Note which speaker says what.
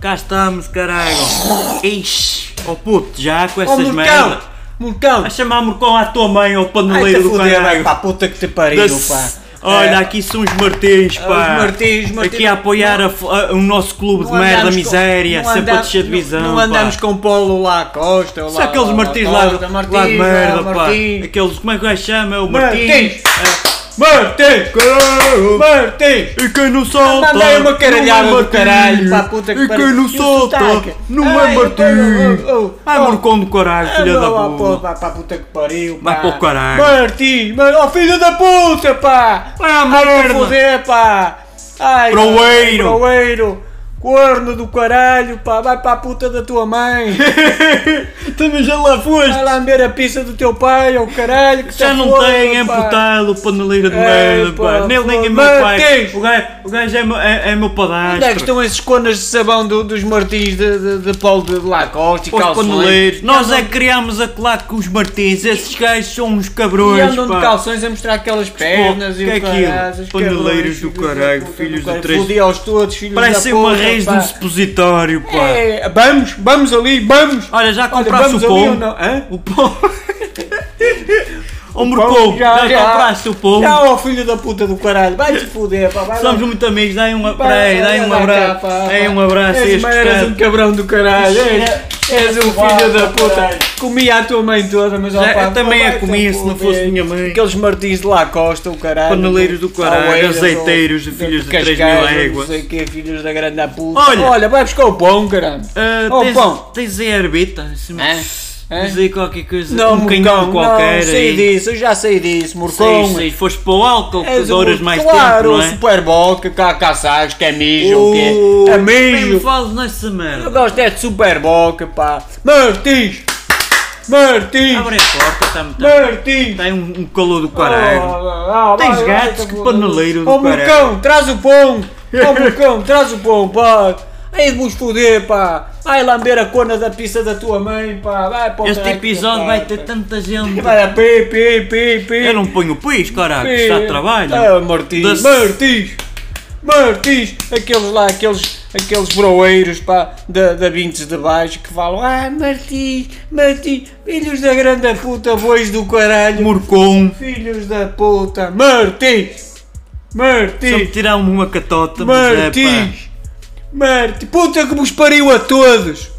Speaker 1: Cá estamos, caralho. Ixi, ó puto, já com
Speaker 2: Ó,
Speaker 1: essas
Speaker 2: Murcão!
Speaker 1: merdas.
Speaker 2: Morcão!
Speaker 1: A chamar Morcão à tua mãe, ó
Speaker 2: Ai, tá te
Speaker 1: paneleiro do
Speaker 2: foder,
Speaker 1: caralho.
Speaker 2: pá, puta que te pariu,
Speaker 1: Da-
Speaker 2: tá pá.
Speaker 1: tá Olha,
Speaker 2: É.
Speaker 1: aqui são os Martins, pá.
Speaker 2: os Martins, os Martins.
Speaker 1: Aqui a apoiar a f- a- o nosso clube de
Speaker 2: Não
Speaker 1: merda,
Speaker 2: andamos com-
Speaker 1: miséria,
Speaker 2: não
Speaker 1: sempre a
Speaker 2: andamos-
Speaker 1: descer de visão.
Speaker 2: Não, não
Speaker 1: pá.
Speaker 2: andamos com o Polo lá à costa. ou
Speaker 1: Só
Speaker 2: Lá,
Speaker 1: aqueles
Speaker 2: lá,
Speaker 1: Martins
Speaker 2: à
Speaker 1: lá,
Speaker 2: costa,
Speaker 1: lá
Speaker 2: Martins, é,
Speaker 1: de merda, pá.
Speaker 2: Martins.
Speaker 1: Aqueles, como é que o gajo chama? É O Martins. É.
Speaker 2: Martins!
Speaker 1: Martins, caralho!
Speaker 2: Martins!
Speaker 1: E quem não solta?
Speaker 2: Mandei uma caralhada
Speaker 1: não é
Speaker 2: do caralho, pá,
Speaker 1: Martins.
Speaker 2: puta que
Speaker 1: E
Speaker 2: pariu.
Speaker 1: quem não
Speaker 2: E o
Speaker 1: solta?
Speaker 2: sotaque?
Speaker 1: Não é
Speaker 2: Ai, oh, oh,
Speaker 1: Martins.
Speaker 2: oh,
Speaker 1: Ai,
Speaker 2: oh.
Speaker 1: Morcão do caralho,
Speaker 2: Ah,
Speaker 1: filha da
Speaker 2: não, pá,
Speaker 1: puta.
Speaker 2: pá, pá, puta que pariu,
Speaker 1: Vai
Speaker 2: pá.
Speaker 1: para o caralho.
Speaker 2: Martins, mas, ó filho da puta, pá!
Speaker 1: Vai à
Speaker 2: Ai,
Speaker 1: merda.
Speaker 2: que foder, pá! Ai,
Speaker 1: Proeiro.
Speaker 2: Proeiro! Corno do caralho, pá! Vai para a puta da tua mãe!
Speaker 1: Também já lá foste.
Speaker 2: Vai lá ver a pista do teu pai, ó caralho! Que
Speaker 1: Já
Speaker 2: te
Speaker 1: não
Speaker 2: foda,
Speaker 1: tem
Speaker 2: pá.
Speaker 1: emputado o paneleiro de
Speaker 2: Ei,
Speaker 1: merda,
Speaker 2: pá,
Speaker 1: pá. Nem nem é
Speaker 2: foda-
Speaker 1: meu pai.
Speaker 2: Martins!
Speaker 1: O gajo, o gajo é, meu- é, é meu
Speaker 2: Onde é que
Speaker 1: padastro.
Speaker 2: estão esses conas de sabão do- dos Martins de, de, de Paulo de Lacoste e
Speaker 1: Os paneleiros.
Speaker 2: calções?
Speaker 1: Nós
Speaker 2: E
Speaker 1: é
Speaker 2: andam-
Speaker 1: que criámos a colado com os Martins. Esses gajos são uns
Speaker 2: E
Speaker 1: cabrões,
Speaker 2: andam de
Speaker 1: pá.
Speaker 2: calções a mostrar aquelas pernas
Speaker 1: que
Speaker 2: e o
Speaker 1: é aquilo?
Speaker 2: caralho, os
Speaker 1: Paneleiros do
Speaker 2: cabrões, filhos da
Speaker 1: caralho,
Speaker 2: puta,
Speaker 1: filhos
Speaker 2: do
Speaker 1: de
Speaker 2: caralho.
Speaker 1: três-
Speaker 2: Fodi-aos todos, filhos
Speaker 1: Parecem
Speaker 2: da puta,
Speaker 1: uma raiz de
Speaker 2: pá.
Speaker 1: um supositório, pá.
Speaker 2: É, vamos, vamos ali, vamos!
Speaker 1: Olha, já
Speaker 2: Olha,
Speaker 1: compraste o
Speaker 2: vamos ali ou não? Hã?
Speaker 1: pão? O pão. Ô um Mercou, já compraste o
Speaker 2: Já,
Speaker 1: pão?
Speaker 2: ó filho da puta do caralho, vai-te foder, pá, vai lá.
Speaker 1: Somos muito amigos, dai um
Speaker 2: Pá,
Speaker 1: abraço, dai
Speaker 2: vai
Speaker 1: um
Speaker 2: lá cá,
Speaker 1: abraço,
Speaker 2: pá,
Speaker 1: dai
Speaker 2: pá.
Speaker 1: um abraço a
Speaker 2: És,
Speaker 1: este
Speaker 2: mas eras um
Speaker 1: bocado.
Speaker 2: cabrão do caralho,
Speaker 1: é,
Speaker 2: és, és um filho da puta. Comia a tua mãe toda, mas ó
Speaker 1: Já-
Speaker 2: pá,
Speaker 1: eu também a
Speaker 2: vai-te
Speaker 1: comia se não
Speaker 2: foder.
Speaker 1: fosse minha mãe.
Speaker 2: Aqueles martins de Lacosta, o caralho.
Speaker 1: Paneleiros do caralho,
Speaker 2: Oeiras,
Speaker 1: azeiteiros de
Speaker 2: ou-
Speaker 1: filhos de
Speaker 2: Cascais,
Speaker 1: 3.000
Speaker 2: ou
Speaker 1: éguas.
Speaker 2: Não sei o quê, filhos da grande puta.
Speaker 1: Olha.
Speaker 2: Olha, vai buscar o pão, caralho.
Speaker 1: Ah,
Speaker 2: Ó,
Speaker 1: tens-
Speaker 2: pão.
Speaker 1: Tens aí a arbita? Se me-
Speaker 2: Hã? Hã?
Speaker 1: Diz aí qualquer coisa,
Speaker 2: Não,
Speaker 1: um
Speaker 2: Morcão,
Speaker 1: canhão qualquer
Speaker 2: não, sei
Speaker 1: aí.
Speaker 2: disso, eu já sei disso, Morcão.
Speaker 1: Sei, sei, foste para o álcool,
Speaker 2: És
Speaker 1: que
Speaker 2: um-
Speaker 1: horas mais
Speaker 2: claro,
Speaker 1: tempo, não é?
Speaker 2: Super Bowl, que cá caçares, que é mijo, o que
Speaker 1: Oh,
Speaker 2: é
Speaker 1: Nem me
Speaker 2: mijo.
Speaker 1: fales nessa
Speaker 2: Eu
Speaker 1: merda.
Speaker 2: gosto é de Super Bowl, que pá. Martins! Martins!
Speaker 1: Abre a porta, tá está-me...
Speaker 2: Martins!
Speaker 1: Tem um, um calor do caralho.
Speaker 2: Ah, ah,
Speaker 1: Tens
Speaker 2: vai,
Speaker 1: gatos,
Speaker 2: vai,
Speaker 1: que
Speaker 2: tá bom.
Speaker 1: paneleiro do
Speaker 2: Ó
Speaker 1: caralho.
Speaker 2: Morcão, traz o pão! Ó Morcão, traz o pão, pá! Aí de vos foder, pá! Vai lamber a corna da pista da tua mãe, pá! Vai, pá!
Speaker 1: Este episódio vai ter tanta gente.
Speaker 2: é Vai a pi, pi, pi, pi!
Speaker 1: Eu não ponho pis, caralho, que está de trabalho.
Speaker 2: Ah, Martins,
Speaker 1: Das-
Speaker 2: Martins, Martins, aqueles lá, aqueles, aqueles broeiros pá, da, da Vintes de Baixo que falam, ah, Martins, Martins, filhos da grande puta, bois do caralho,
Speaker 1: Morcom.
Speaker 2: filhos da puta, Martins,
Speaker 1: Só me
Speaker 2: Martins,
Speaker 1: tirar uma catota, mas é pá.
Speaker 2: Martins, Martins, puta que vos pariu a todos.